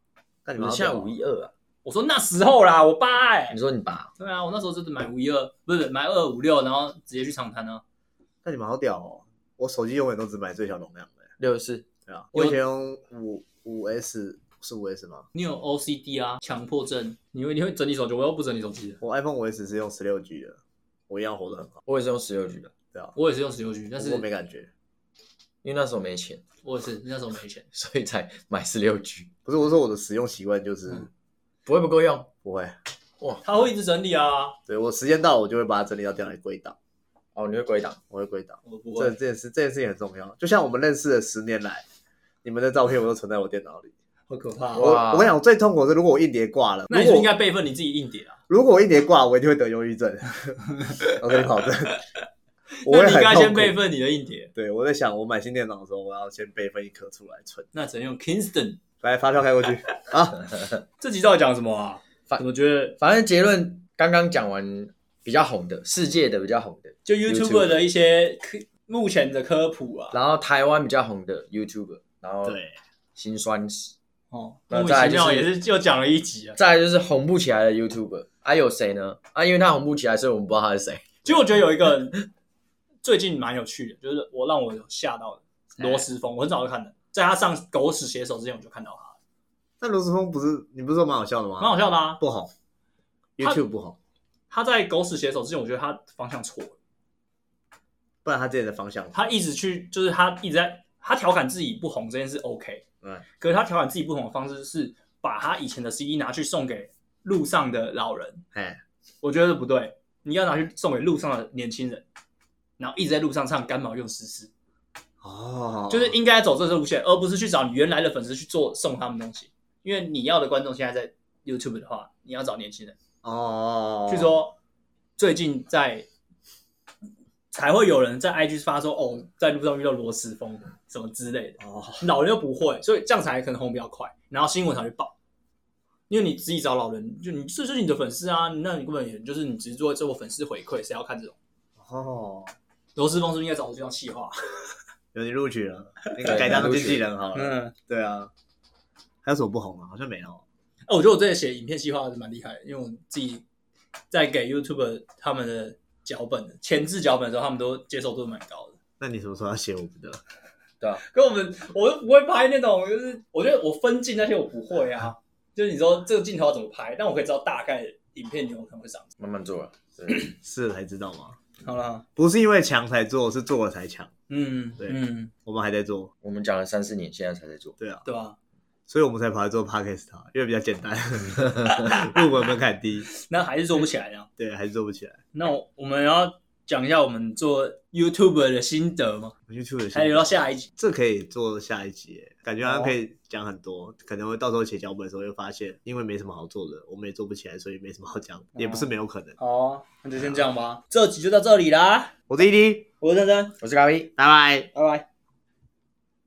看你
你
们哦
现在五一二啊？
我说那时候啦，我爸哎、
你说你把
对啊，我那时候就是买五一二，不是买二五六，然后直接去长滩啊。
那你们好屌哦！我手机永远都只买最小容量的，
六十四，
对啊，
有
我以前用五五 S 是五 S 吗？
你有 OCD 啊，强迫症，你会你会整理手机，我又不整理手机的，
我 iPhone 五 S 是用十六 G 的，我一样活得很好，
我也是用十六 G 的，
对啊，
我也是用十六 G，但是
我没感觉。
因为那时候没钱，
我也是那时候没钱。
所以才买十六 G，
不是我说我的使用习惯就是
嗯
不会不够用。
不会，
他会一直整理啊，
对我时间到了我就会把它整理到电脑里归档，
哦，你会归档，
我会归档。
我不
这这件事这件事情很重要，就像我们认识的十年来，你们的照片我都存在我电脑里。
好可怕、哦
我
哇
我跟你讲，我最痛苦的是如果我硬碟挂了，
那
如
你就
果
应该备份你自己硬碟啊，
如果我硬碟挂，我一定会得忧 郁症。我跟你保证，我
那
会
你应
很
该
痛
先
苦。
备份你的硬碟。
对，我在想，我买新电脑的时候，我要先备份一颗出来存。
那只能用 Kingston。
来，发票开过去啊！
这集到底讲什么啊？
反
我觉得
反正结论刚刚讲完，比较红的，世界的比较红的，
就
YouTube
YouTube 的一些科目前的科普啊，
然后台湾比较红的 YouTube，然后
对，
辛酸史，
哦，
那
莫名
呃再来
其
就
妙
是
也是又讲了一集啊。
再来就是红不起来的 YouTube，啊有谁呢？啊，因为他红不起来，所以我们不知道他是谁。
其实我觉得有一个最近蛮有趣的，就是我让我有吓到的罗时峰，我很早就看的，在他上《狗屎写手》之前我就看到他了，
那罗斯峰不是你不是说蛮好笑的吗
蛮好笑的啊。
不好，YouTube 不好，
他在《狗屎写手》之前，我觉得他方向错了。
不然他之前的方向，
他一直去，就是他一直在他调侃自己不红这件事 OK，
嗯，
可是他调侃自己不红的方式是把他以前的 CD 拿去送给路上的老人，
哎，
我觉得不对，你要拿去送给路上的年轻人，然后一直在路上唱《干毛用诗诗》，
哦，
就是应该走这条路线，而不是去找你原来的粉丝去做送他们东西，因为你要的观众现在在 YouTube 的话，你要找年轻人，
哦，
据说最近在。才会有人在 IG 发说哦，在路上遇到罗斯峰什么之类的，
哦，
老人又不会，所以这样才可能红比较快，然后新闻才会报。因为你自己找老人，就你这就是你的粉丝啊，那你根本也就是你只是做做粉丝回馈，谁要看这种？
哦，
罗斯峰是不是应该找我这样气话？
有你录取了，那个改当经纪人好了。
嗯，
对啊，
还有什么不红啊？好像没有。
哎、我觉得我这里写影片计划还是蛮厉害的，因为我自己在给 YouTube 他们的脚本的前置脚本的时候，他们都接受度蛮高的。
那你什么时候要写我们的？
可我们我都不会拍那种，就是我觉得我分镜那些我不会啊，就是你说这个镜头要怎么拍，但我可以知道大概影片流程会长什
慢慢 做了，啊对，
试了才知道吗？
么。好了，
不是因为强才做，是做了才强。
嗯，
对
嗯，
我们还在做，
我们讲了三四年，现在才在做。
对啊，
对吧、
所以我们才跑来做 podcast，啊因为比较简 单， 入门门槛低。
那还是做不起来啊。
对，还是做不起来。
那我我们要讲一下我们做 YouTube 的心得嘛，
YouTube 的心
还留
得，
到下一哦集。
这可以做下一集耶，感觉好像可以讲很多，可能会到时候写脚本的时候会发现，因为没什么好做的，我们也做不起来，所以没什么好讲，也不是没有可能。
好啊、那就先这样吧，这集就到这里啦。
我是 ED，
我是珍珍，
我是高一。
拜拜。
拜拜。